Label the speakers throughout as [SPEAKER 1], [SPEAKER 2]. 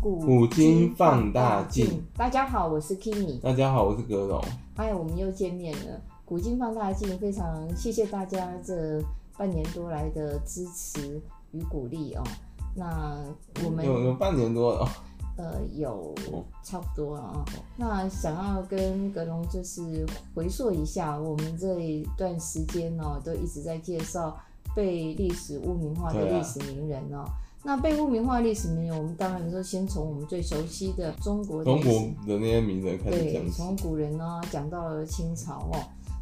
[SPEAKER 1] 古今放大镜。
[SPEAKER 2] 大家好，我是 Kimi，
[SPEAKER 1] 大家好，我是格龙。
[SPEAKER 2] 哎，我们又见面了。古今放大镜，非常谢谢大家这半年多来的支持与鼓励哦。那我们
[SPEAKER 1] 有有半年多了哦，
[SPEAKER 2] 呃有差不多了啊、那想要跟格隆就是回溯一下，我们这一段时间哦，都一直在介绍被历史污名化的
[SPEAKER 1] 对啊
[SPEAKER 2] 历史名人哦。那被污名化的历史名人，我们当然说先从我们最熟悉的中哎国的
[SPEAKER 1] 中
[SPEAKER 2] 历史
[SPEAKER 1] 国的那些名人开始
[SPEAKER 2] 对
[SPEAKER 1] 讲，起。
[SPEAKER 2] 从古人呢、讲到了清朝哦。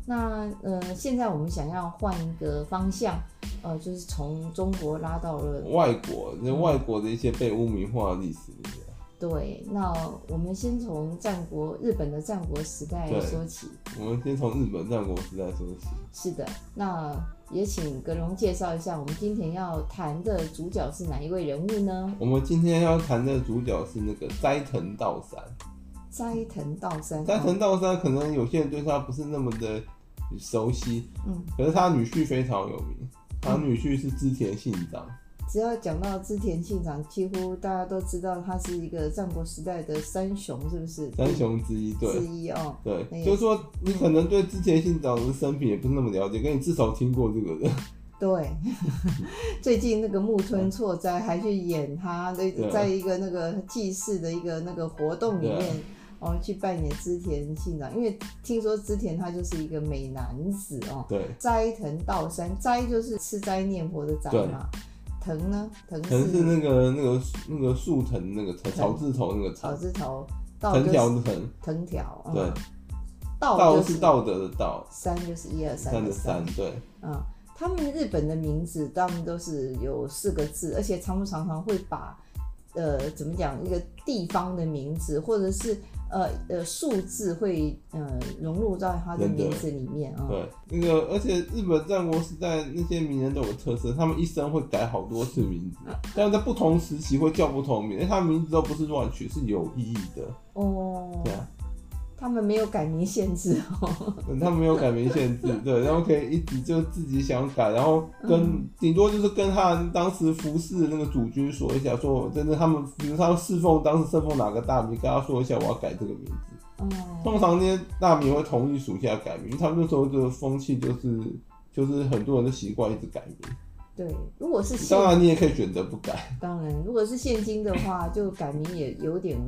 [SPEAKER 2] 那呃，现在我们想要换一个方向，呃，就是从中国拉到了
[SPEAKER 1] 外国，
[SPEAKER 2] 嗯
[SPEAKER 1] 就外国的一些被污名化的历史里面，
[SPEAKER 2] 对。那我们先从战国日本的战国时代
[SPEAKER 1] 对
[SPEAKER 2] 说起。
[SPEAKER 1] 我们先从日本战国时代说起。
[SPEAKER 2] 是的，那也请格隆介绍一下，我们今天要谈的主角是哪一位人物呢？
[SPEAKER 1] 我们今天要谈的主角是那个斋藤道三。
[SPEAKER 2] 斋藤道三。
[SPEAKER 1] 斋藤道三可能有些人对他不是那么的熟悉，
[SPEAKER 2] 嗯，
[SPEAKER 1] 可是他女婿非常有名，他女婿是织田信长。
[SPEAKER 2] 只要讲到织田信长，几乎大家都知道他是一个战国时代的三雄，是不是？
[SPEAKER 1] 三雄之一，
[SPEAKER 2] 之
[SPEAKER 1] 对
[SPEAKER 2] 一哦。
[SPEAKER 1] 对，
[SPEAKER 2] 嗯
[SPEAKER 1] 就是说你可能对之前信长的生平也不是那么了解，跟你至少听过这个人，
[SPEAKER 2] 对，最近那个木村拓哉还去演他在
[SPEAKER 1] 对啊
[SPEAKER 2] 在一个那个祭祀的一个那个活动里
[SPEAKER 1] 对
[SPEAKER 2] 面，哦，去扮演织田信长，因为听说织田他就是一个美男子哦。
[SPEAKER 1] 对，
[SPEAKER 2] 斋藤道三，斋就是吃斋念佛的斋
[SPEAKER 1] 对
[SPEAKER 2] 嘛，藤呢，藤
[SPEAKER 1] 可能是
[SPEAKER 2] 是
[SPEAKER 1] 那个那个那个树藤那个藤草字头那个
[SPEAKER 2] 草
[SPEAKER 1] 藤，
[SPEAKER 2] 字头，道
[SPEAKER 1] 藤
[SPEAKER 2] 就
[SPEAKER 1] 条
[SPEAKER 2] 是
[SPEAKER 1] 的藤，
[SPEAKER 2] 藤条，嗯
[SPEAKER 1] 对，
[SPEAKER 2] 道
[SPEAKER 1] 道
[SPEAKER 2] 就是
[SPEAKER 1] 道德的道，
[SPEAKER 2] 三就是一二三
[SPEAKER 1] 三
[SPEAKER 2] 的
[SPEAKER 1] 的
[SPEAKER 2] 三
[SPEAKER 1] 三，，对，
[SPEAKER 2] 嗯，他们日本的名字他们都是有四个字，而且他们常常会把呃怎么讲一个地方的名字或者是呃呃数字会呃融入到他的
[SPEAKER 1] 真的
[SPEAKER 2] 名字里面啊。
[SPEAKER 1] 对，那个而且日本战国时代那些名人都有特色，他们一生会改好多次名字，但是在不同时期会叫不同名，因为他们名字都不是乱取，是有意义的，
[SPEAKER 2] 哦
[SPEAKER 1] 对，啊，
[SPEAKER 2] 他们没有改名限制哦。
[SPEAKER 1] 嗯他们没有改名限制，对，然后可以一直就自己想改，然后
[SPEAKER 2] 嗯
[SPEAKER 1] 跟顶多就是跟他当时服侍的那个主君说一下，说我真的他们，比如他们侍奉当时侍奉哪个大名，跟他说一下我要改这个名字。
[SPEAKER 2] 哦，
[SPEAKER 1] 通常那些大名会同意属下改名，因为他们那时候的风气就是就是很多人都习惯一直改名。
[SPEAKER 2] 对，如果是现
[SPEAKER 1] 当然你也可以选择不改，
[SPEAKER 2] 当然，如果是现金的话，就改名也有点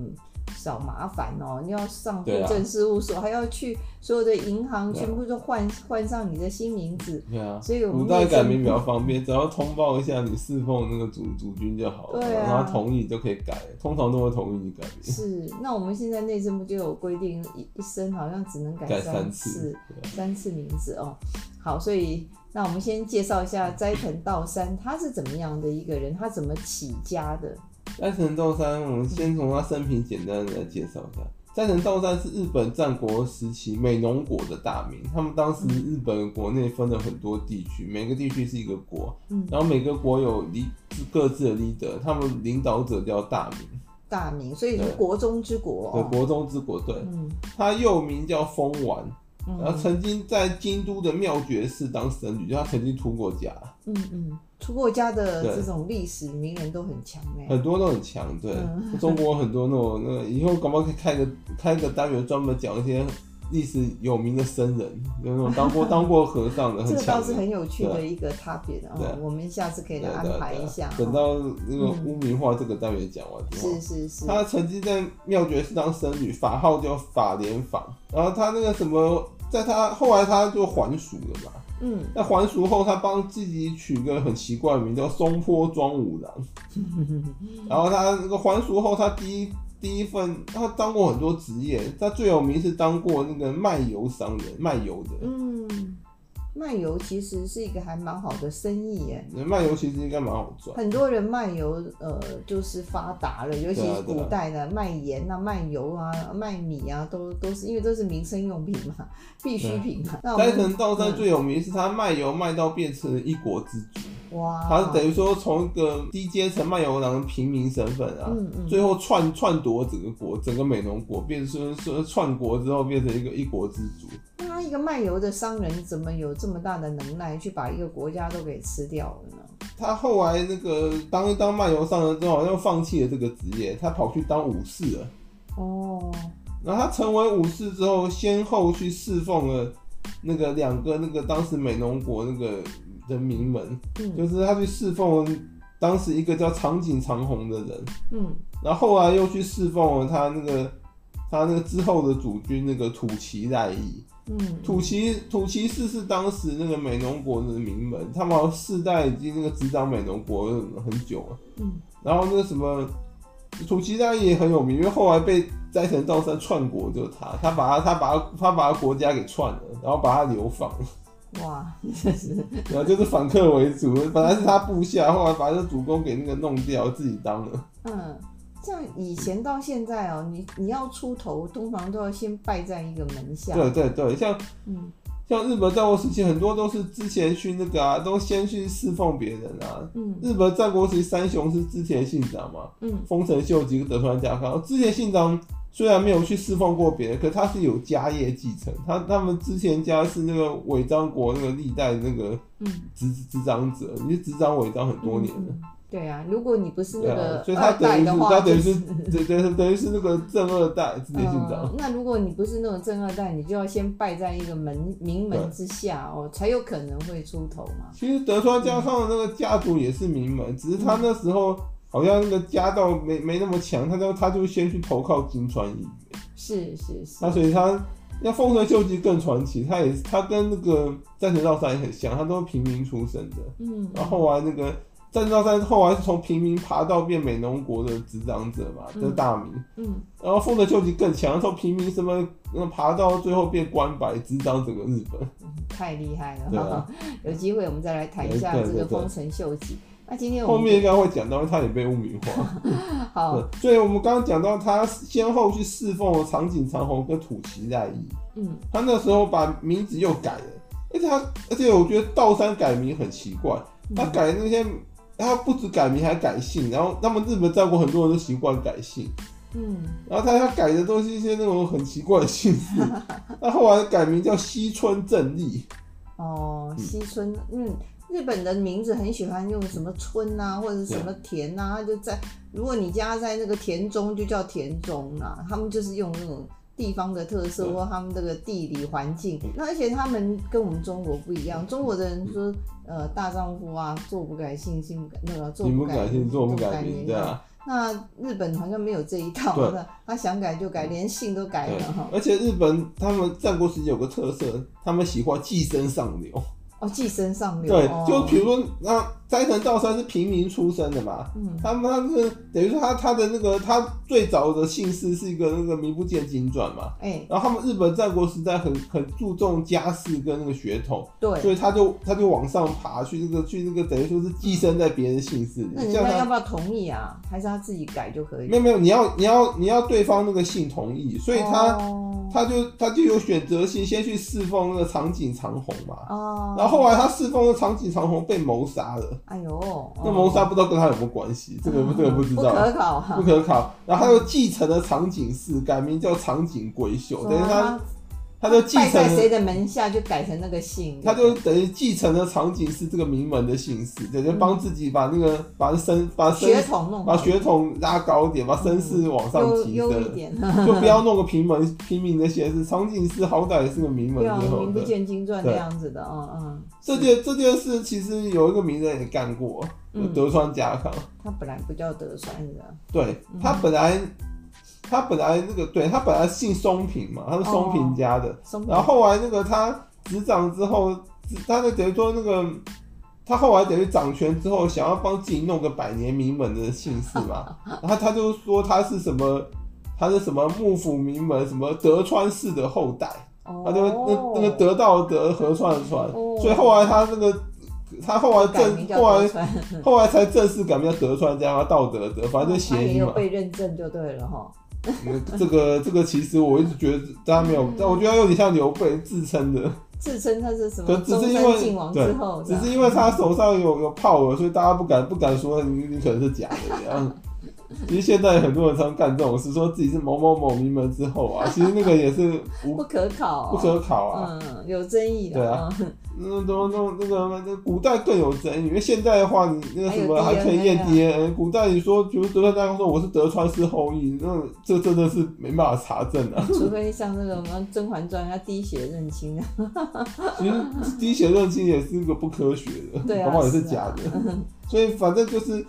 [SPEAKER 2] 小麻烦哦。你要上户
[SPEAKER 1] 对啊
[SPEAKER 2] 政事务所，还要去所有的银行，
[SPEAKER 1] 对啊
[SPEAKER 2] 全部都换换上你的新名字。
[SPEAKER 1] 对啊。
[SPEAKER 2] 所以我
[SPEAKER 1] 古
[SPEAKER 2] 们
[SPEAKER 1] 代
[SPEAKER 2] 内
[SPEAKER 1] 改
[SPEAKER 2] 政
[SPEAKER 1] 名比
[SPEAKER 2] 部
[SPEAKER 1] 较方便，只要通报一下你侍奉那个主主君就好了，
[SPEAKER 2] 对啊
[SPEAKER 1] 然后他同意就可以改，通常都会同意你改名。
[SPEAKER 2] 是，那我们现在内政部就有规定，一一生好像只能
[SPEAKER 1] 改
[SPEAKER 2] 改
[SPEAKER 1] 三
[SPEAKER 2] 次，
[SPEAKER 1] 次，对
[SPEAKER 2] 三次名字哦。好，所以那我们先介绍一下斋藤道三，他是怎么样的一个人，他怎么起家的？
[SPEAKER 1] 斋藤道三，我们先从他生平简单的来介绍一下。斋藤道三是日本战国时期美浓国的大名，他们当时
[SPEAKER 2] 嗯
[SPEAKER 1] 日本国内分了很多地区，每个地区是一个国，
[SPEAKER 2] 嗯，
[SPEAKER 1] 然后每个国有离各自的 leader，他们领导者叫大名，
[SPEAKER 2] 大名，所以是
[SPEAKER 1] 对
[SPEAKER 2] 国中之国
[SPEAKER 1] 对，
[SPEAKER 2] 哦。
[SPEAKER 1] 国中之国，对，
[SPEAKER 2] 嗯
[SPEAKER 1] 他又名叫丰丸，然
[SPEAKER 2] 嗯
[SPEAKER 1] 后曾经在京都的妙觉寺当僧侣，就他曾经出过家，
[SPEAKER 2] 嗯嗯，出过家的
[SPEAKER 1] 对
[SPEAKER 2] 这种历史名人都很强哎、
[SPEAKER 1] 很多都很强，对，
[SPEAKER 2] 嗯
[SPEAKER 1] 中国很多那种那个，以后搞不好可以开个开个单元专门讲一些历史有名的僧人，有那种当过当过和尚的，
[SPEAKER 2] 这
[SPEAKER 1] 很
[SPEAKER 2] 个倒
[SPEAKER 1] 强
[SPEAKER 2] 是
[SPEAKER 1] 的。
[SPEAKER 2] 很有趣的
[SPEAKER 1] 对
[SPEAKER 2] 一个 topic
[SPEAKER 1] 对
[SPEAKER 2] 哦，我们下次可以
[SPEAKER 1] 对
[SPEAKER 2] 来安
[SPEAKER 1] 对
[SPEAKER 2] 排
[SPEAKER 1] 对
[SPEAKER 2] 一下哦。
[SPEAKER 1] 等到那个
[SPEAKER 2] 嗯
[SPEAKER 1] 污名化这个单元讲完之后，
[SPEAKER 2] 是是是，
[SPEAKER 1] 他曾经在妙觉寺当僧侣，法号叫法莲坊。然后他那个什么，在他后来他就还俗了嘛。
[SPEAKER 2] 嗯，
[SPEAKER 1] 那还俗后，他帮自己取个很奇怪的名，叫松坡庄五 郎。然后他那个还俗后，他第一第一份，他当过很多职业，他最有名是当过那个卖油商人，卖油的。
[SPEAKER 2] 嗯，漫游其实是一个还蛮好的生意耶。
[SPEAKER 1] 卖油其实应该蛮好赚，
[SPEAKER 2] 很多人漫游，呃，就是发达了，尤其
[SPEAKER 1] 对啊
[SPEAKER 2] 是
[SPEAKER 1] 对啊
[SPEAKER 2] 古代的卖盐啊、卖油啊、卖米啊，都都是因为都是民生用品嘛， 必需品嘛。那我
[SPEAKER 1] 斋
[SPEAKER 2] 们
[SPEAKER 1] 藤道三最有名是他卖油卖到变成一国之主，
[SPEAKER 2] 哇，
[SPEAKER 1] 他等于说从一个低阶层卖油郎的平民身份啊，
[SPEAKER 2] 嗯嗯
[SPEAKER 1] 最后篡篡夺整个国，整个美浓国，变成说篡国之后变成一个一国之主。
[SPEAKER 2] 那他一个卖油的商人怎么有这么大的能耐去把一个国家都给吃掉了呢？
[SPEAKER 1] 他后来那个当一当漫游商人之后，好像放弃了这个职业，他跑去当武士了。
[SPEAKER 2] 哦，
[SPEAKER 1] 然后他成为武士之后，先后去侍奉了那个两个那个当时美浓国那个人民们，
[SPEAKER 2] 嗯
[SPEAKER 1] 就是他去侍奉当时一个叫长井长弘的人，
[SPEAKER 2] 嗯
[SPEAKER 1] 然后后来又去侍奉了他那个他那个之后的主君那个土岐赖义。
[SPEAKER 2] 嗯，
[SPEAKER 1] 土岐土岐氏是当时那个美浓国的名门，他们好像世代已经那个执掌美浓国很久了。
[SPEAKER 2] 嗯
[SPEAKER 1] 然后那个什么土岐大义也很有名，因为后来被斋藤道三篡国就是他，他把他他把他他把他国家给篡了，然后把他流放，
[SPEAKER 2] 哇，真是
[SPEAKER 1] 然后就是反客为主，本来是他部下，后来把他的主公给那个弄掉，自己当了。
[SPEAKER 2] 嗯。像以前到现在哦，你你要出头，通常都要先拜在一个门下。
[SPEAKER 1] 对对对，像
[SPEAKER 2] 嗯
[SPEAKER 1] 像日本战国时期，很多都是之前去那个啊，都先去侍奉别人啊。
[SPEAKER 2] 嗯
[SPEAKER 1] 日本战国时期三雄是织田信长嘛，
[SPEAKER 2] 嗯
[SPEAKER 1] 丰臣秀吉跟德川家康。之前信长虽然没有去侍奉过别人，可他是有家业继承。他他们之前家是那个尾张国那个历代那个
[SPEAKER 2] 嗯，
[SPEAKER 1] 执执掌者，因为执掌尾张很多年了。
[SPEAKER 2] 嗯对啊，如果你不是
[SPEAKER 1] 对
[SPEAKER 2] 那
[SPEAKER 1] 啊，所
[SPEAKER 2] 个
[SPEAKER 1] 以他
[SPEAKER 2] 二
[SPEAKER 1] 等
[SPEAKER 2] 代
[SPEAKER 1] 于
[SPEAKER 2] 的
[SPEAKER 1] 是
[SPEAKER 2] 话，
[SPEAKER 1] 他等
[SPEAKER 2] 就
[SPEAKER 1] 于
[SPEAKER 2] 是
[SPEAKER 1] 是对对等于是那个正二代织田信长
[SPEAKER 2] 呃。那如果你不是那种正二代，你就要先拜在一个门名门
[SPEAKER 1] 对
[SPEAKER 2] 之下哦，才有可能会出头嘛。
[SPEAKER 1] 其实德川家康的那个家族也是名门，只是
[SPEAKER 2] 嗯
[SPEAKER 1] 他那时候好像那个家道没没那么强，他就他就先去投靠金川一元。
[SPEAKER 2] 是是是
[SPEAKER 1] 那，所以他那丰臣秀吉更传奇，他也是他跟那个战神道三也很像，他都是平民出身的。
[SPEAKER 2] 嗯，
[SPEAKER 1] 然后后来那个战神道三后来是从平民爬到变美浓国的执掌者嘛，
[SPEAKER 2] 嗯
[SPEAKER 1] 的大名。
[SPEAKER 2] 嗯
[SPEAKER 1] 然后丰臣秀吉更强，从平民身份那爬到最后变官白，执掌整个日本。
[SPEAKER 2] 太厉害了，
[SPEAKER 1] 对啊
[SPEAKER 2] 有机会我们再来谈一下
[SPEAKER 1] 对
[SPEAKER 2] 这
[SPEAKER 1] 对
[SPEAKER 2] 个
[SPEAKER 1] 对
[SPEAKER 2] 丰臣秀吉。那今天我
[SPEAKER 1] 后
[SPEAKER 2] 们
[SPEAKER 1] 面应该会讲到，因为他也被污名化。
[SPEAKER 2] 好，
[SPEAKER 1] 对，所以我们刚刚讲到他先后去侍奉了长井长弘跟土岐赖义。
[SPEAKER 2] 嗯
[SPEAKER 1] 他那时候把名字又改了，而且他，而且我觉得道山改名很奇怪，他改那些，他不止改名还改姓，然后那么日本战国很多人都习惯改姓，
[SPEAKER 2] 嗯
[SPEAKER 1] 然后他他改的都是一些那种很奇怪的姓氏，他后来改名叫西村正利，
[SPEAKER 2] 哦，
[SPEAKER 1] 嗯
[SPEAKER 2] 西村嗯。日本的名字很喜欢用什么村啊，或者什么田啊，它就在如果你家在那个田中，就叫田中啊。他们就是用那种地方的特色
[SPEAKER 1] 对
[SPEAKER 2] 或他们这个地理环境
[SPEAKER 1] 嗯。
[SPEAKER 2] 那而且他们跟我们中国不一样，中国的人说呃大丈夫啊，坐不改姓，姓不改那个坐
[SPEAKER 1] 你不
[SPEAKER 2] 改
[SPEAKER 1] 改姓，坐不
[SPEAKER 2] 坐
[SPEAKER 1] 改名，对啊，
[SPEAKER 2] 那日本好像没有这一套，
[SPEAKER 1] 对嗯
[SPEAKER 2] 那他想改就改，连姓都改
[SPEAKER 1] 对
[SPEAKER 2] 了哈。
[SPEAKER 1] 而且日本他们战国时期有个特色，他们喜欢寄生上流，
[SPEAKER 2] 哦，寄生上流，
[SPEAKER 1] 对
[SPEAKER 2] 哦，
[SPEAKER 1] 就比如说那斋藤道三是平民出身的嘛，
[SPEAKER 2] 嗯
[SPEAKER 1] 他们他是等于说他他的那个他最早的姓氏是一个那个名不见经传嘛，
[SPEAKER 2] 哎、
[SPEAKER 1] 然后他们日本战国时代很很注重家世跟那个血统，所
[SPEAKER 2] 对，
[SPEAKER 1] 以他就他就往上爬去那个去那个等于说是寄生在别人姓氏
[SPEAKER 2] 那
[SPEAKER 1] 里，
[SPEAKER 2] 人
[SPEAKER 1] 像
[SPEAKER 2] 家要
[SPEAKER 1] 他
[SPEAKER 2] 不要同意啊？还是他自己改就可以？
[SPEAKER 1] 没有没有你要你要你要对方那个姓同意，所以他、
[SPEAKER 2] 哦
[SPEAKER 1] 他就他就有选择性先去侍奉那个长井长弘嘛，
[SPEAKER 2] 哦，
[SPEAKER 1] 然后后来他侍奉的长井长弘被谋杀了，
[SPEAKER 2] 哎呦，
[SPEAKER 1] 那
[SPEAKER 2] 哦
[SPEAKER 1] 谋杀不知道跟他有没有关系，这个这个不知
[SPEAKER 2] 不
[SPEAKER 1] 道。
[SPEAKER 2] 可考啊哈、
[SPEAKER 1] 不可考。然后他又继承了长井氏，改名叫长井圭秀，
[SPEAKER 2] 说
[SPEAKER 1] 等于他他就继
[SPEAKER 2] 拜
[SPEAKER 1] 承
[SPEAKER 2] 在谁
[SPEAKER 1] 了，
[SPEAKER 2] 的门下就改成那个姓，
[SPEAKER 1] 他就等于继承了长井氏这个名门的姓氏，等于帮自己把那个把身把
[SPEAKER 2] 嗯血
[SPEAKER 1] 身
[SPEAKER 2] 统弄
[SPEAKER 1] 把
[SPEAKER 2] 好
[SPEAKER 1] 血统拉高一点，把身世往上
[SPEAKER 2] 优
[SPEAKER 1] 提
[SPEAKER 2] 优一
[SPEAKER 1] 升。
[SPEAKER 2] 点，
[SPEAKER 1] 就不要弄个平民平民的鞋子，长井氏好歹也是个名门
[SPEAKER 2] 对啊，
[SPEAKER 1] 之后
[SPEAKER 2] 名不
[SPEAKER 1] 的。
[SPEAKER 2] 见经传那
[SPEAKER 1] 对
[SPEAKER 2] 样子的，嗯
[SPEAKER 1] 这件这件事其实有一个名人也干过，
[SPEAKER 2] 嗯嗯，
[SPEAKER 1] 德川家康。
[SPEAKER 2] 他本来不叫德川的，
[SPEAKER 1] 对
[SPEAKER 2] 嗯
[SPEAKER 1] 他本来，他本来那个对他本来姓松平嘛，他是松平家的。
[SPEAKER 2] 松
[SPEAKER 1] 然后后来那个他执掌之后，执他就等于说那个他后来等于掌权之后，想要帮自己弄个百年名门的姓氏 嘛，然后他就说他是什么。他是什么幕府名门，什么德川氏的后代，
[SPEAKER 2] 哦
[SPEAKER 1] 他就那那个得道德河川的川，
[SPEAKER 2] 哦
[SPEAKER 1] 所以后来他那个他后来
[SPEAKER 2] 改
[SPEAKER 1] 正
[SPEAKER 2] 名叫
[SPEAKER 1] 后来
[SPEAKER 2] 德川，
[SPEAKER 1] 后来才正式改名叫德川家，道德德，反正就
[SPEAKER 2] 哦他
[SPEAKER 1] 谐
[SPEAKER 2] 也
[SPEAKER 1] 音
[SPEAKER 2] 有
[SPEAKER 1] 嘛。
[SPEAKER 2] 被认证就对了哈。
[SPEAKER 1] 嗯这个这个其实我一直觉得大家没
[SPEAKER 2] 嗯
[SPEAKER 1] 有，但我觉得有点像刘备自称的，
[SPEAKER 2] 自称他是什
[SPEAKER 1] 可
[SPEAKER 2] 么
[SPEAKER 1] 只
[SPEAKER 2] 中
[SPEAKER 1] 是因
[SPEAKER 2] 山
[SPEAKER 1] 为
[SPEAKER 2] 靖王
[SPEAKER 1] 对
[SPEAKER 2] 之后的
[SPEAKER 1] 只
[SPEAKER 2] 啊，
[SPEAKER 1] 是因为他手上有有炮了，所以大家不敢不敢说你你可能是假的这样。 其实现在很多人常干这种事，说自己是某某某名门之后 啊，其实那个也是无
[SPEAKER 2] 不可考、
[SPEAKER 1] 不可考啊。
[SPEAKER 2] 嗯，有争议的。
[SPEAKER 1] 对啊那都那那个那古代更有争议，因为现在的话，你那个什么
[SPEAKER 2] 还有 DNA
[SPEAKER 1] 还可以验 DNA，古代你说，比如德川大公说我是德川氏后裔，那这真的是没办法查证啊。
[SPEAKER 2] 嗯 除非像那种什么《甄嬛传》，要啊滴血认亲啊，
[SPEAKER 1] 其实滴血认亲也是个不科学的，
[SPEAKER 2] 对啊
[SPEAKER 1] 搞不好也是
[SPEAKER 2] 是
[SPEAKER 1] 假
[SPEAKER 2] 啊
[SPEAKER 1] 的。 所以反正就是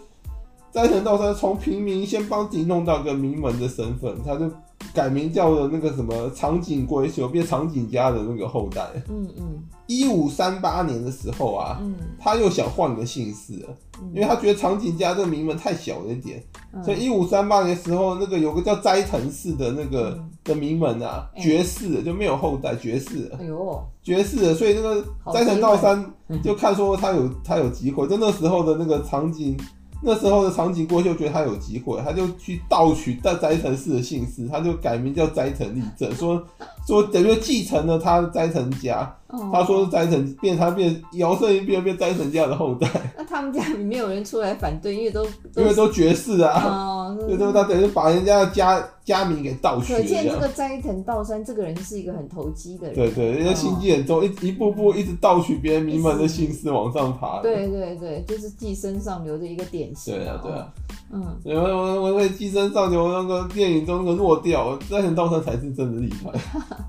[SPEAKER 1] 斋藤道三从平民先帮自己弄到一个名门的身份，他就改名叫了那个什么长井圭秀，变长井家的那个后代。
[SPEAKER 2] 嗯嗯
[SPEAKER 1] 一五三八年的时候啊，
[SPEAKER 2] 嗯
[SPEAKER 1] 他又想换个姓氏了，
[SPEAKER 2] 嗯，
[SPEAKER 1] 因为他觉得长井家这个名门太小了一点，
[SPEAKER 2] 嗯
[SPEAKER 1] 所以一五三八年的时候，那个有个叫斋藤氏的那个
[SPEAKER 2] 嗯
[SPEAKER 1] 的名门啊，
[SPEAKER 2] 嗯
[SPEAKER 1] 绝嗣了就没有后代，绝嗣了。
[SPEAKER 2] 哎呦，
[SPEAKER 1] 爵士，所以那个斋藤道三
[SPEAKER 2] 嗯
[SPEAKER 1] 就看说他有他有机会，就那时候的那个场景，那时候的场景郭秀觉得他有机会，他就去盗取在斋藤氏的姓氏，他就改名叫斋藤立正，说说等于继承了他的斋藤家，
[SPEAKER 2] 哦
[SPEAKER 1] 他说是斋藤变他变摇身一变变斋藤家的后代，
[SPEAKER 2] 那他们家里没有人出来反对，因为都都
[SPEAKER 1] 因为都爵士啊，
[SPEAKER 2] 哦，嗯
[SPEAKER 1] 对对，他等于把人家的家家名给盗取
[SPEAKER 2] 可
[SPEAKER 1] 了
[SPEAKER 2] 见这
[SPEAKER 1] 这样。
[SPEAKER 2] 个斋藤道三这个人是一个很投机的人。
[SPEAKER 1] 对对，人家心机很重，一一步步一直盗取别人名门的姓氏往上爬。
[SPEAKER 2] 哦对对对，就是寄身上流的一个典型。
[SPEAKER 1] 啊对啊对啊。
[SPEAKER 2] 嗯，
[SPEAKER 1] 我我我会寄生上流那个电影中那个弱掉，斋藤道三才是真的厉 害。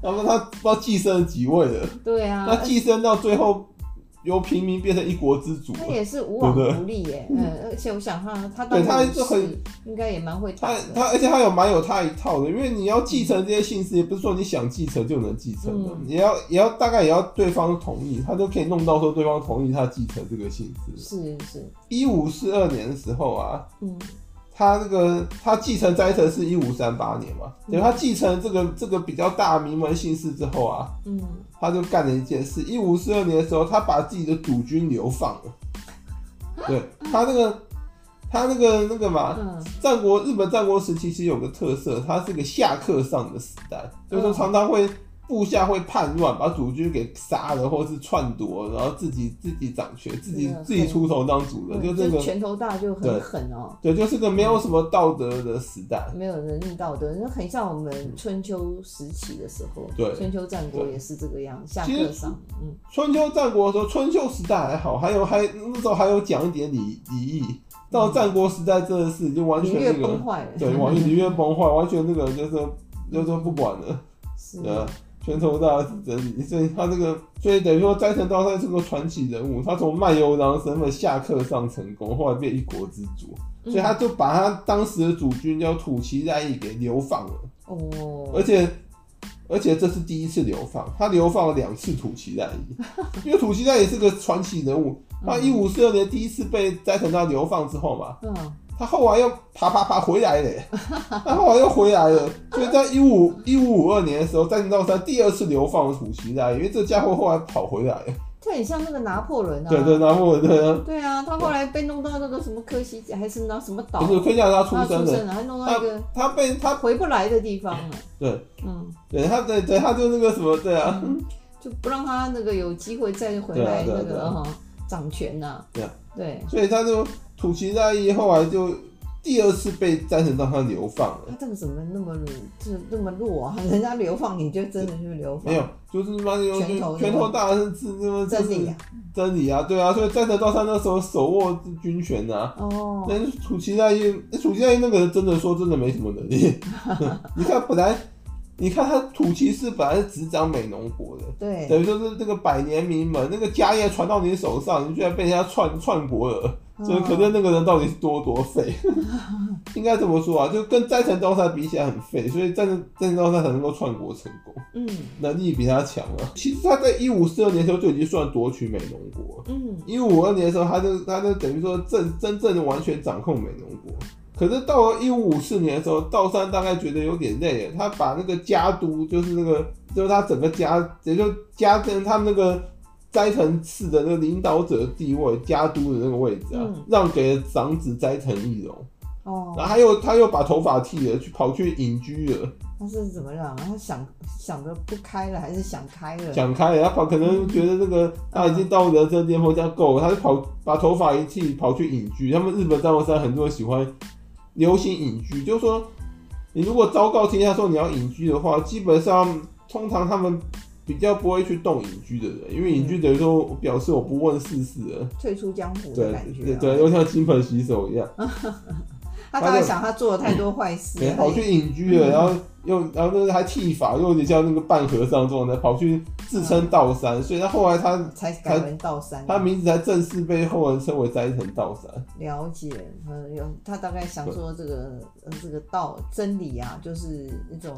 [SPEAKER 1] 然后他不知道寄生了几位了，
[SPEAKER 2] 对啊，
[SPEAKER 1] 他寄生到最后由平民变成一国之主
[SPEAKER 2] 他
[SPEAKER 1] 了。
[SPEAKER 2] 也是无往
[SPEAKER 1] 对不对
[SPEAKER 2] 不利耶。嗯，而且我想他，他
[SPEAKER 1] 对
[SPEAKER 2] 当
[SPEAKER 1] 他
[SPEAKER 2] 武
[SPEAKER 1] 就很
[SPEAKER 2] 士应该也蛮会打
[SPEAKER 1] 他
[SPEAKER 2] 的。
[SPEAKER 1] 他，而且他有蛮有他一套的，因为你要继承这些姓氏，也不是说你想继承就能继承的，
[SPEAKER 2] 嗯
[SPEAKER 1] 也要也要大概也要对方同意，他就可以弄到说对方同意他继承这个姓氏。
[SPEAKER 2] 是是，
[SPEAKER 1] 一五四二年的时候啊，
[SPEAKER 2] 嗯
[SPEAKER 1] 他那个他继承斋藤是一五三八年嘛，
[SPEAKER 2] 嗯
[SPEAKER 1] 等于他继承这个这个比较大名门姓氏之后啊，
[SPEAKER 2] 嗯，
[SPEAKER 1] 他就干了一件事。一五四二年的时候，他把自己的主君流放了。对他那个他那个那个嘛，
[SPEAKER 2] 嗯
[SPEAKER 1] 战国日本战国时期其实有个特色，它是个下克上的时代，就是说常常会部下会叛乱，把主君给杀了，或是篡夺，然后自己自己掌权，自己
[SPEAKER 2] 是的
[SPEAKER 1] 自己出头当主人，
[SPEAKER 2] 嗯
[SPEAKER 1] 就这
[SPEAKER 2] 就
[SPEAKER 1] 个
[SPEAKER 2] 是拳头大就
[SPEAKER 1] 对
[SPEAKER 2] 很狠哦，
[SPEAKER 1] 对，就是个没有什么道德的时代。
[SPEAKER 2] 没有人力道德，那很像我们春秋时期的时候，
[SPEAKER 1] 嗯对
[SPEAKER 2] 春秋战国
[SPEAKER 1] 对
[SPEAKER 2] 也是这个样，下
[SPEAKER 1] 其实
[SPEAKER 2] 课上，嗯。
[SPEAKER 1] 春秋战国的时候，春秋时代还好，还有还那时候还有讲一点礼礼义。到战国时代真的是已经完
[SPEAKER 2] 你
[SPEAKER 1] 全
[SPEAKER 2] 越
[SPEAKER 1] 那个
[SPEAKER 2] 崩，坏了，
[SPEAKER 1] 对，完全礼乐崩坏，完全那个就是就是不管 了，
[SPEAKER 2] 是
[SPEAKER 1] 对啊，拳头大是真理。所以他这个，所以等于说斋藤道三是个传奇人物，他从卖油郎身份下课上成功，后来变一国之主，所以他就把他当时的主君叫土岐赖义给流放了，
[SPEAKER 2] 嗯哦，
[SPEAKER 1] 而且而且这是第一次流放，他流放了两次土岐赖伊，因为土岐赖也是个传奇人物。他一五四二年第一次被斋藤道流放之后嘛，
[SPEAKER 2] 嗯
[SPEAKER 1] 他后来又爬爬爬回来 嘞，他后来又回来了，所以在一五一五五二年的时候，斋藤道三第二次流放了土岐赖伊，因为这家伙后来跑回来了，
[SPEAKER 2] 这很像那个拿破仑啊，
[SPEAKER 1] 对对，然后对，
[SPEAKER 2] 对啊，他后来被弄到那个什么科西还是那什么岛，
[SPEAKER 1] 不是盔甲他出
[SPEAKER 2] 他
[SPEAKER 1] 生
[SPEAKER 2] 出
[SPEAKER 1] 的，
[SPEAKER 2] 生了，还弄到一个
[SPEAKER 1] 他被他
[SPEAKER 2] 回不来的地方了，
[SPEAKER 1] 对
[SPEAKER 2] 嗯，
[SPEAKER 1] 对他对对他就那个什么对啊，
[SPEAKER 2] 就不让他那个有机会再回来
[SPEAKER 1] 对啊对啊
[SPEAKER 2] 那
[SPEAKER 1] 对
[SPEAKER 2] 个
[SPEAKER 1] 啊
[SPEAKER 2] 啊掌权呐
[SPEAKER 1] 对啊，
[SPEAKER 2] 对，
[SPEAKER 1] 所以他就土岐赖伊后来啊就第二次被斋藤道三流放了。
[SPEAKER 2] 他这个怎么那么弱这那么弱啊？ 人家流放你就真的去流放
[SPEAKER 1] 没，有，就是妈的，有
[SPEAKER 2] 拳头
[SPEAKER 1] 就拳头大是是那么
[SPEAKER 2] 真理啊，
[SPEAKER 1] 真理啊，对啊，所以战神道三那时候手握军权啊。
[SPEAKER 2] 哦，
[SPEAKER 1] 但是楚奇大一，楚奇大一那个人真的说真的没什么能力。 你看本来，你看他土岐氏本来是执掌美浓国的，
[SPEAKER 2] 对，
[SPEAKER 1] 等于说是那个百年名门，那个家业传到你手上，你居然被人家篡篡国了，所以可见那个人到底是多多废。应该这么说啊，就跟斋藤道三比起来很废，所以战神战神道三才能够篡国成功。
[SPEAKER 2] 嗯
[SPEAKER 1] 能力比他强啊。其实他在一五四二年的时候就已经算夺取美浓国，
[SPEAKER 2] 嗯
[SPEAKER 1] 一五二年的时候他就他就等于说正真正的完全掌控美浓国。可是到了一五五四年的时候，道三大概觉得有点累了，他把那个家督，就是那个就是他整个家，也就家跟他们那个斋藤氏的那个领导者地位，家督的那个位置啊，
[SPEAKER 2] 嗯
[SPEAKER 1] 让给了长子斋藤义荣。
[SPEAKER 2] 哦
[SPEAKER 1] 然，后他又他又把头发剃了，去跑去隐居了。
[SPEAKER 2] 他是怎么样？他想想的不开了，还是想开了？
[SPEAKER 1] 想开了，他跑可能觉得那个啊他已经到人生巅峰，这样够了，他就跑把头发一剃，跑去隐居。他们日本战国时代很多人喜欢流行隐居，就是说，你如果昭告天下说你要隐居的话，基本上通常他们比较不会去动隐居的人，因为隐居等于说我表示我不问世事了，
[SPEAKER 2] 退出江湖的
[SPEAKER 1] 对
[SPEAKER 2] 感觉、
[SPEAKER 1] 对
[SPEAKER 2] 啊。
[SPEAKER 1] 对，就像金盆洗手一样，
[SPEAKER 2] 他大概想他做了太多坏事
[SPEAKER 1] 对，，跑去隐居了，然后又然后那还剃发，又有点像那个半和尚状态，跑去自称道山，所以他后来他
[SPEAKER 2] 才改为道山。
[SPEAKER 1] 他名字才正式被后人称为斋藤道山。
[SPEAKER 2] 了解，呃，有他大概想说这个呃这个道真理啊，就是一种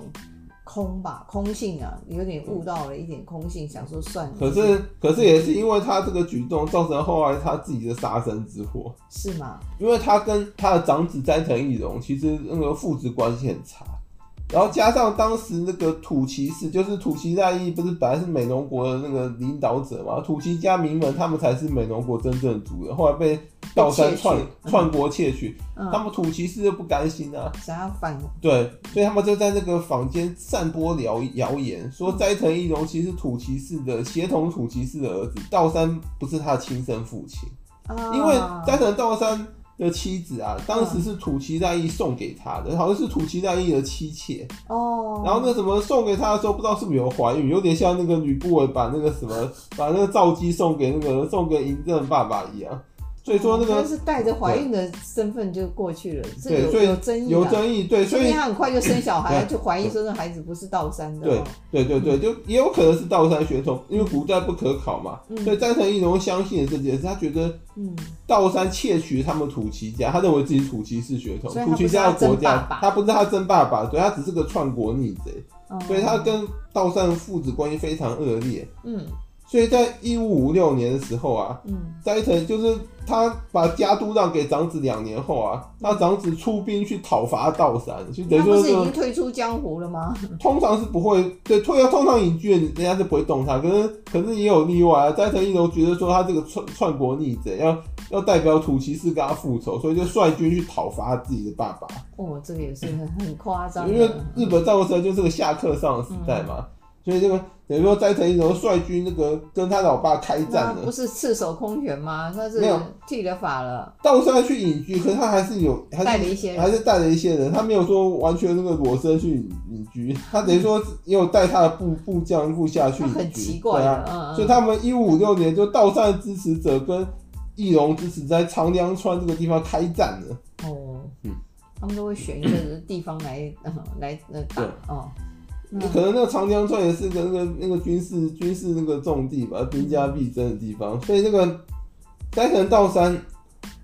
[SPEAKER 2] 空吧，空性啊，有点悟到了一点空性，想说算了。
[SPEAKER 1] 可是可是也是因为他这个举动，造成后来他自己的杀身之祸。
[SPEAKER 2] 是吗？
[SPEAKER 1] 因为他跟他的长子斋藤义荣其实那个父子关系很差，然后加上当时那个土岐氏，就是土岐在义，不是本来是美浓国的那个领导者嘛，土岐家名门他们才是美浓国真正的主人，后来被道山
[SPEAKER 2] 被窃取
[SPEAKER 1] 篡
[SPEAKER 2] 嗯
[SPEAKER 1] 篡国窃取，他
[SPEAKER 2] 嗯，
[SPEAKER 1] 们土岐氏就不甘心啊，
[SPEAKER 2] 想要反
[SPEAKER 1] 对，所以他们就在那个坊间散播谣谣言，说斋藤义荣其实是土岐氏的协同土岐氏的儿子，道山不是他的亲生父亲，
[SPEAKER 2] 啊，
[SPEAKER 1] 因为斋藤道山的妻子啊，当时是土岐大义送给他的，好像是土岐大义的妻妾。
[SPEAKER 2] 哦，
[SPEAKER 1] 然后那什么送给他的时候，不知道是不是有怀孕，有点像那个吕不韦把那个什么把那个赵姬送给那个送给嬴政爸爸一样。所以说那
[SPEAKER 2] 哦
[SPEAKER 1] 个
[SPEAKER 2] 他是带着怀孕的身份就过去了，这
[SPEAKER 1] 对
[SPEAKER 2] 有
[SPEAKER 1] 所以
[SPEAKER 2] 有争议
[SPEAKER 1] 有
[SPEAKER 2] 的。
[SPEAKER 1] 争议，对，所
[SPEAKER 2] 说明
[SPEAKER 1] 以
[SPEAKER 2] 他很快就生小孩，
[SPEAKER 1] 对
[SPEAKER 2] 就怀疑说那孩子不是道山的
[SPEAKER 1] 对
[SPEAKER 2] 哦。
[SPEAKER 1] 对对对，就也有可能是道山血统，因为古代不可考嘛。
[SPEAKER 2] 嗯
[SPEAKER 1] 所以斋藤义荣相信了这件事，他觉得
[SPEAKER 2] 嗯，
[SPEAKER 1] 道山窃取他们土岐家，他认为自己土岐氏血统，
[SPEAKER 2] 所以他
[SPEAKER 1] 土岐家的国
[SPEAKER 2] 不是他真爸
[SPEAKER 1] 家
[SPEAKER 2] 爸，
[SPEAKER 1] 他不是他真爸爸，对他只是个篡国逆贼，
[SPEAKER 2] 哦
[SPEAKER 1] 所以他跟道山父子关系非常恶劣。
[SPEAKER 2] 嗯
[SPEAKER 1] 所以在一五五六年的时候啊，
[SPEAKER 2] 嗯
[SPEAKER 1] 斋藤就是他把家督让给长子两年后啊，他长子出兵去讨伐道山，就等于
[SPEAKER 2] 他
[SPEAKER 1] 说
[SPEAKER 2] 不是已
[SPEAKER 1] 是
[SPEAKER 2] 经退出江湖了吗？
[SPEAKER 1] 通常是不会对退通常隐居的人家是不会动他，可是可是也有例外啊。斋藤义荣觉得说他这个篡篡国逆贼，要要代表土岐氏跟他复仇，所以就率军去讨伐自己的爸爸。
[SPEAKER 2] 哦，这个也是很很夸张的，
[SPEAKER 1] 因为日本战国时代就是个下克上的时代
[SPEAKER 2] 嗯
[SPEAKER 1] 嘛，所以这个等于说斋藤义荣率军那个跟他老爸开
[SPEAKER 2] 那
[SPEAKER 1] 战
[SPEAKER 2] 不
[SPEAKER 1] 了。
[SPEAKER 2] 是赤手空拳吗？那是
[SPEAKER 1] 没有
[SPEAKER 2] 剃了发了，
[SPEAKER 1] 道山去隐居，可是他还是有还是
[SPEAKER 2] 带了一些人
[SPEAKER 1] 还是带了一些人，他没有说完全那个裸身去隐隐居，他等于说也有带他的部部将部下去
[SPEAKER 2] 那
[SPEAKER 1] 隐居，
[SPEAKER 2] 很奇怪
[SPEAKER 1] 对啊
[SPEAKER 2] 的，。嗯
[SPEAKER 1] 所以
[SPEAKER 2] 嗯。
[SPEAKER 1] 他们一五五六年就道善支持者跟义荣支持在长良川这个地方开战了。
[SPEAKER 2] 哦，
[SPEAKER 1] 嗯
[SPEAKER 2] 他们都会选一个地方来呃来呃打
[SPEAKER 1] 对
[SPEAKER 2] 哦。
[SPEAKER 1] 那可能那个长江川也是个那个那个军事军事那个重地吧，兵家必争的地方，所以那个斋藤道三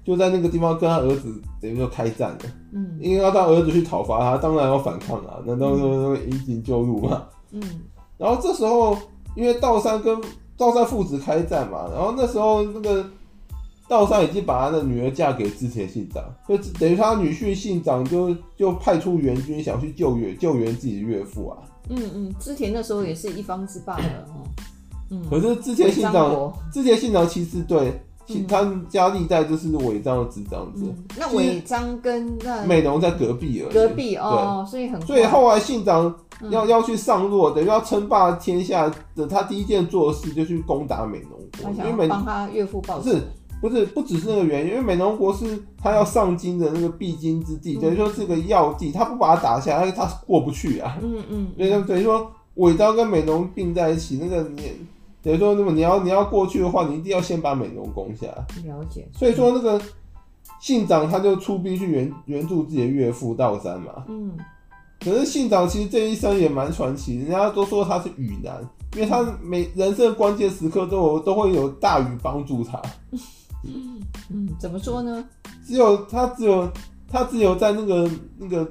[SPEAKER 1] 就在那个地方跟他儿子等于说开战了，
[SPEAKER 2] 嗯
[SPEAKER 1] 因为要他儿子去讨伐他，当然要反抗啊，难道说引颈就辱吗？
[SPEAKER 2] 嗯
[SPEAKER 1] 然后这时候，因为道山跟道山父子开战嘛，然后那时候那个道山已经把他的女儿嫁给织田信长，就等于他女婿信长就就派出援军想去救援救援自己的岳父啊。
[SPEAKER 2] 嗯嗯，之前那时候也是一方之霸了哦。嗯，
[SPEAKER 1] 可是织田信
[SPEAKER 2] 张
[SPEAKER 1] 长，
[SPEAKER 2] 国，
[SPEAKER 1] 织田信长其实对其
[SPEAKER 2] 嗯
[SPEAKER 1] 他们家历代就是违章的执掌者，
[SPEAKER 2] 嗯，那
[SPEAKER 1] 其实
[SPEAKER 2] 违章跟那
[SPEAKER 1] 美浓在隔壁而已。
[SPEAKER 2] 嗯隔壁哦，所以很
[SPEAKER 1] 所以
[SPEAKER 2] 快
[SPEAKER 1] 后来信长
[SPEAKER 2] 嗯
[SPEAKER 1] 要、要去上洛，等于要称霸天下的，他第一件做的事就去攻打美浓国，
[SPEAKER 2] 他
[SPEAKER 1] 因
[SPEAKER 2] 想
[SPEAKER 1] 为
[SPEAKER 2] 要
[SPEAKER 1] 美
[SPEAKER 2] 帮他岳父报
[SPEAKER 1] 不
[SPEAKER 2] 仇。
[SPEAKER 1] 是不是不只是那个原因，因为美浓国是他要上京的那个必经之地，
[SPEAKER 2] 嗯
[SPEAKER 1] 等于说是个要地，他不把它打下来，他过不去啊。
[SPEAKER 2] 嗯嗯
[SPEAKER 1] 所以等于说尾刀跟美浓并在一起，那个你等于说，那么你要你要过去的话，你一定要先把美浓攻下。
[SPEAKER 2] 嗯，了解。
[SPEAKER 1] 所以说那个信长他就出兵去援援助自己的岳父道山嘛。
[SPEAKER 2] 嗯
[SPEAKER 1] 可是信长其实这一生也蛮传奇，人家都说他是雨男，因为他每人生关键时刻都有都会有大雨帮助他。
[SPEAKER 2] 嗯，怎么说呢？
[SPEAKER 1] 只有他只有他只有在那个那个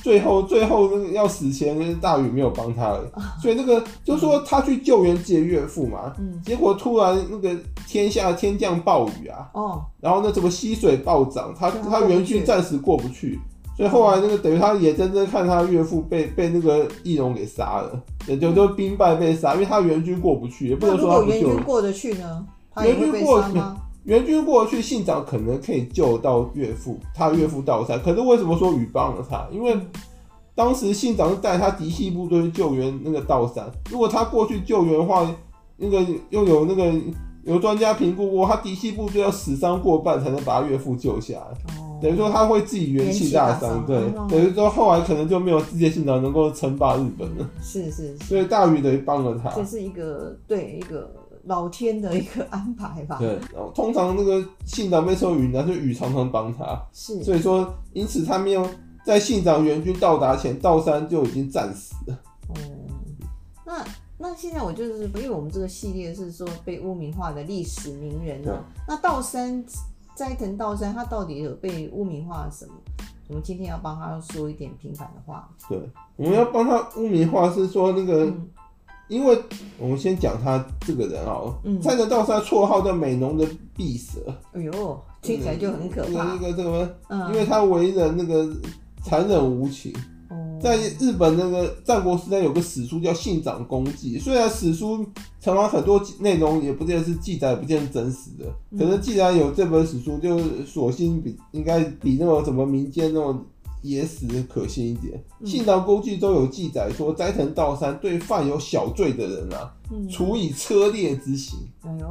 [SPEAKER 1] 最后最后那个要死前，那个大禹没有帮他而已，所以那个就说他去救援自己的岳父嘛，
[SPEAKER 2] 嗯
[SPEAKER 1] 结果突然那个天下天降暴雨啊，
[SPEAKER 2] 哦，
[SPEAKER 1] 然后那什么溪水暴涨，他
[SPEAKER 2] 对他
[SPEAKER 1] 他
[SPEAKER 2] 过不
[SPEAKER 1] 援军
[SPEAKER 2] 去
[SPEAKER 1] 暂时过不去。所以后来那个等于他眼睁睁看他岳父被被那个易容给杀了，也就就兵败被杀，因为他援军过不去，也不
[SPEAKER 2] 那
[SPEAKER 1] 能
[SPEAKER 2] 如
[SPEAKER 1] 说
[SPEAKER 2] 果
[SPEAKER 1] 他不
[SPEAKER 2] 援
[SPEAKER 1] 救
[SPEAKER 2] 军
[SPEAKER 1] 人。
[SPEAKER 2] 过得去呢？他也会
[SPEAKER 1] 援
[SPEAKER 2] 被
[SPEAKER 1] 军过
[SPEAKER 2] 杀吗？
[SPEAKER 1] 援军过去，信长可能可以救到岳父，他岳父道山。可是为什么说禹帮了他？因为当时信长是带他嫡系部队去救援那个道山，如果他过去救援的话，那个又有那个有专家评估过，他嫡系部队要死伤过半才能把他岳父救下来。
[SPEAKER 2] 哦，
[SPEAKER 1] 等于说他会自己元气大
[SPEAKER 2] 元
[SPEAKER 1] 伤，
[SPEAKER 2] 气大伤
[SPEAKER 1] 对
[SPEAKER 2] 嗯，
[SPEAKER 1] 等于说后来可能就没有世界性能能够称霸日本了，
[SPEAKER 2] 是是是，
[SPEAKER 1] 所以大鱼等于帮了他。
[SPEAKER 2] 这是一个对一个老天的一个安排吧。
[SPEAKER 1] 对，然后通常那个信长被授予呢，就禹常常帮他，
[SPEAKER 2] 是
[SPEAKER 1] 所以说因此他没有在信长援军到达前，道山就已经战死 了。
[SPEAKER 2] 哦、那那现在我就是，因为我们这个系列是说被污名化的历史名人呢、那道山斋藤道山，他到底有被污名化什么？我们今天要帮他说一点平反的话。
[SPEAKER 1] 对，我们要帮他污名化是说那个，
[SPEAKER 2] 嗯
[SPEAKER 1] 因为我们先讲他这个人哦，
[SPEAKER 2] 嗯
[SPEAKER 1] 蔡德道士他绰号叫美浓的匕蛇，
[SPEAKER 2] 哎呦，听起来就很可怕
[SPEAKER 1] 一。个一个这个，
[SPEAKER 2] 嗯，
[SPEAKER 1] 因为他为人那个残忍无情，
[SPEAKER 2] 哦
[SPEAKER 1] 在日本那个战国时代有个史书叫《信长公记》，虽然史书常常很多内容也不见得是记载，也不见得是真实的，
[SPEAKER 2] 嗯
[SPEAKER 1] 可是既然有这本史书，就索性比应该比那种什么民间那种野史可信一点。
[SPEAKER 2] 嗯
[SPEAKER 1] 信长公记都有记载说，斋藤道三对犯有小罪的人啊，
[SPEAKER 2] 嗯，
[SPEAKER 1] 处以车裂之刑。
[SPEAKER 2] 哎呦，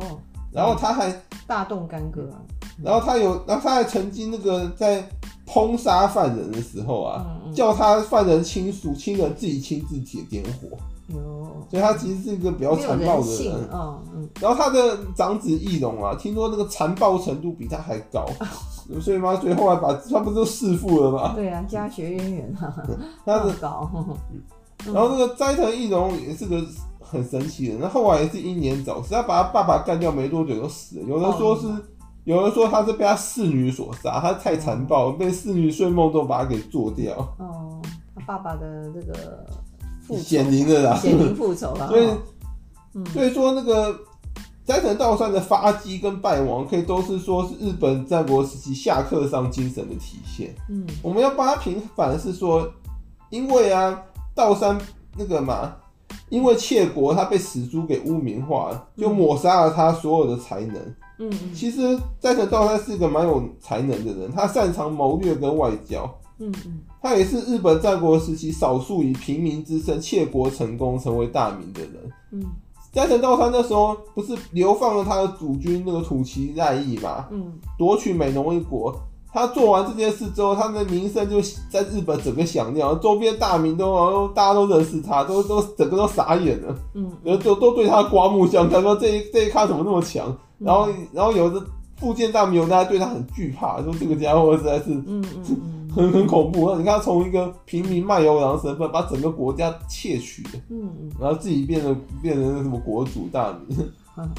[SPEAKER 1] 然后他还，
[SPEAKER 2] 大动干戈啊。
[SPEAKER 1] 然后他有，然后他还曾经那个在烹杀犯人的时候啊，
[SPEAKER 2] 嗯嗯，
[SPEAKER 1] 叫他犯人亲属亲人自己亲自解点火，
[SPEAKER 2] 哎呦，
[SPEAKER 1] 所以他其实是一个比较
[SPEAKER 2] 没有
[SPEAKER 1] 残暴
[SPEAKER 2] 人
[SPEAKER 1] 的
[SPEAKER 2] 性
[SPEAKER 1] 人。
[SPEAKER 2] 啊，嗯，
[SPEAKER 1] 然后他的长子翼龙啊，听说那个残暴程度比他还高， 所以嘛，所以后来把他不是都弑父了吗？
[SPEAKER 2] 对啊，家学渊源啊，
[SPEAKER 1] 他的，
[SPEAKER 2] 恶搞， 嗯
[SPEAKER 1] 然后那个斋藤翼龙也是个很神奇的人，他后来也是英年早逝，他把他爸爸干掉没多久就死了。有人说是，
[SPEAKER 2] 哦
[SPEAKER 1] 有人说他是被他侍女所杀，他太残
[SPEAKER 2] 嗯
[SPEAKER 1] 暴，被侍女睡梦中把他给做掉，
[SPEAKER 2] 哦，他爸爸的这个复仇，
[SPEAKER 1] 显灵的啦。
[SPEAKER 2] 显灵复仇了，
[SPEAKER 1] 啊 所以
[SPEAKER 2] 哦嗯，
[SPEAKER 1] 所以说那个斋藤道善的发迹跟败亡，可以都是说是日本战国时期下克上精神的体现。
[SPEAKER 2] 嗯
[SPEAKER 1] 我们要帮他平反的是说，因为啊，道山那个嘛，因为窃国他被史书给污名化了，就抹杀了他所有的才能。
[SPEAKER 2] 嗯嗯
[SPEAKER 1] 其实斋藤道善是一个蛮有才能的人，他擅长谋略跟外交。
[SPEAKER 2] 嗯嗯，
[SPEAKER 1] 他也是日本战国时期少数以平民之身窃国成功成为大名的人。
[SPEAKER 2] 嗯
[SPEAKER 1] 斋藤道三那时候不是流放了他的主君那个土岐赖义嘛，
[SPEAKER 2] 嗯，
[SPEAKER 1] 夺取美浓一国。他做完这件事之后，他的名声就在日本整个响亮，周边大名都哦大家都认识他，都都整个都傻眼了，
[SPEAKER 2] 嗯
[SPEAKER 1] 然后都都对他刮目相看，说这一这一咖怎么那么强？然后然后有的附近大名有大家对他很惧怕，说这个家伙实在是
[SPEAKER 2] 嗯嗯嗯
[SPEAKER 1] 很很恐怖。你看他从一个平民卖油郎身份，把整个国家窃取了。
[SPEAKER 2] 嗯
[SPEAKER 1] 然后自己变得变成什么国主大名，
[SPEAKER 2] 嗯，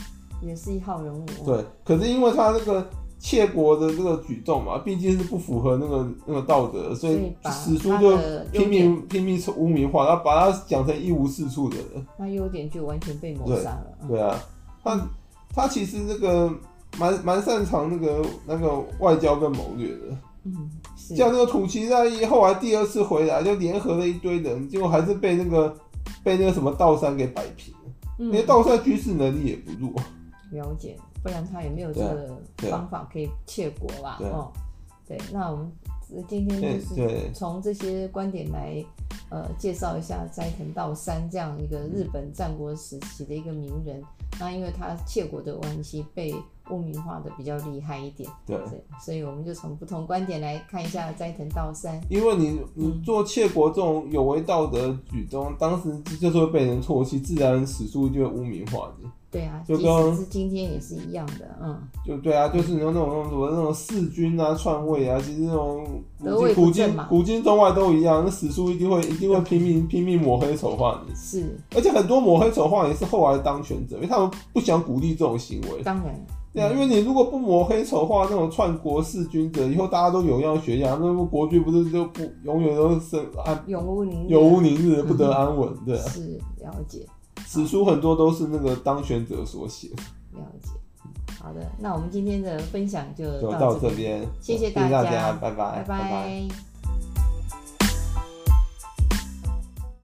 [SPEAKER 2] 也是一号人物，哦
[SPEAKER 1] 对。可是因为他那个窃国的这个举动嘛，毕竟是不符合那个那个道德，
[SPEAKER 2] 所
[SPEAKER 1] 所以
[SPEAKER 2] 以把
[SPEAKER 1] 史书
[SPEAKER 2] 他
[SPEAKER 1] 就
[SPEAKER 2] 的优
[SPEAKER 1] 拼
[SPEAKER 2] 点，
[SPEAKER 1] 命拼命污名化，然后把他讲成一无是处的人，
[SPEAKER 2] 他优点就完全被抹杀了，嗯
[SPEAKER 1] 对啊。他他其实那个蛮蛮擅长那个那个外交跟谋略的，
[SPEAKER 2] 嗯，是，
[SPEAKER 1] 像那个土岐大义后来第二次回来就联合了一堆人，结果还是被那个被那个什么道山给摆平了，
[SPEAKER 2] 嗯
[SPEAKER 1] 因为道山军事能力也不弱。
[SPEAKER 2] 了解，不然他也没有这个
[SPEAKER 1] 对啊对啊
[SPEAKER 2] 方法可以窃国吧？
[SPEAKER 1] 对啊
[SPEAKER 2] 哦，对，那我们今天
[SPEAKER 1] 对
[SPEAKER 2] 嗯就是
[SPEAKER 1] 对。
[SPEAKER 2] 从这些观点来，呃，介绍一下斋藤道三这样一个日本战国时期的一个名人。那因为他窃国的关系，被污名化的比较厉害一点，
[SPEAKER 1] 对，
[SPEAKER 2] 对，所以我们就从不同观点来看一下斋藤道三。
[SPEAKER 1] 因为你你
[SPEAKER 2] 嗯
[SPEAKER 1] 做窃国这种有违道德的举动，当时就是会被人唾弃，自然史书就会污名化你。
[SPEAKER 2] 对啊，即
[SPEAKER 1] 就跟
[SPEAKER 2] 使是今天也是一样的，嗯，
[SPEAKER 1] 就对啊，就是你那种那种什么那种弑君啊、篡位啊，其实那种
[SPEAKER 2] 得
[SPEAKER 1] 古
[SPEAKER 2] 位
[SPEAKER 1] 今
[SPEAKER 2] 不
[SPEAKER 1] 古
[SPEAKER 2] 正
[SPEAKER 1] 今
[SPEAKER 2] 嘛
[SPEAKER 1] 古今中外都一样，那史书一定会一定会拼命拼命抹黑丑化你，
[SPEAKER 2] 是，
[SPEAKER 1] 而且很多抹黑丑化你是后来当权者，因为他们不想鼓励这种行为。
[SPEAKER 2] 当然，
[SPEAKER 1] 对啊，因为你如果不抹黑丑化那种篡国弑君者，以后大家都有样学样，那么国君不是就不永远都是安
[SPEAKER 2] 永无宁日
[SPEAKER 1] 有无宁日，不得安稳，对啊。
[SPEAKER 2] 是了解。
[SPEAKER 1] 史书很多都是那个当权者所写，
[SPEAKER 2] 了解。好的，那我们今天的分享就
[SPEAKER 1] 就
[SPEAKER 2] 到
[SPEAKER 1] 到这，边，
[SPEAKER 2] 谢谢
[SPEAKER 1] 大
[SPEAKER 2] 大家
[SPEAKER 1] 拜
[SPEAKER 2] 拜
[SPEAKER 1] 拜，
[SPEAKER 2] 拜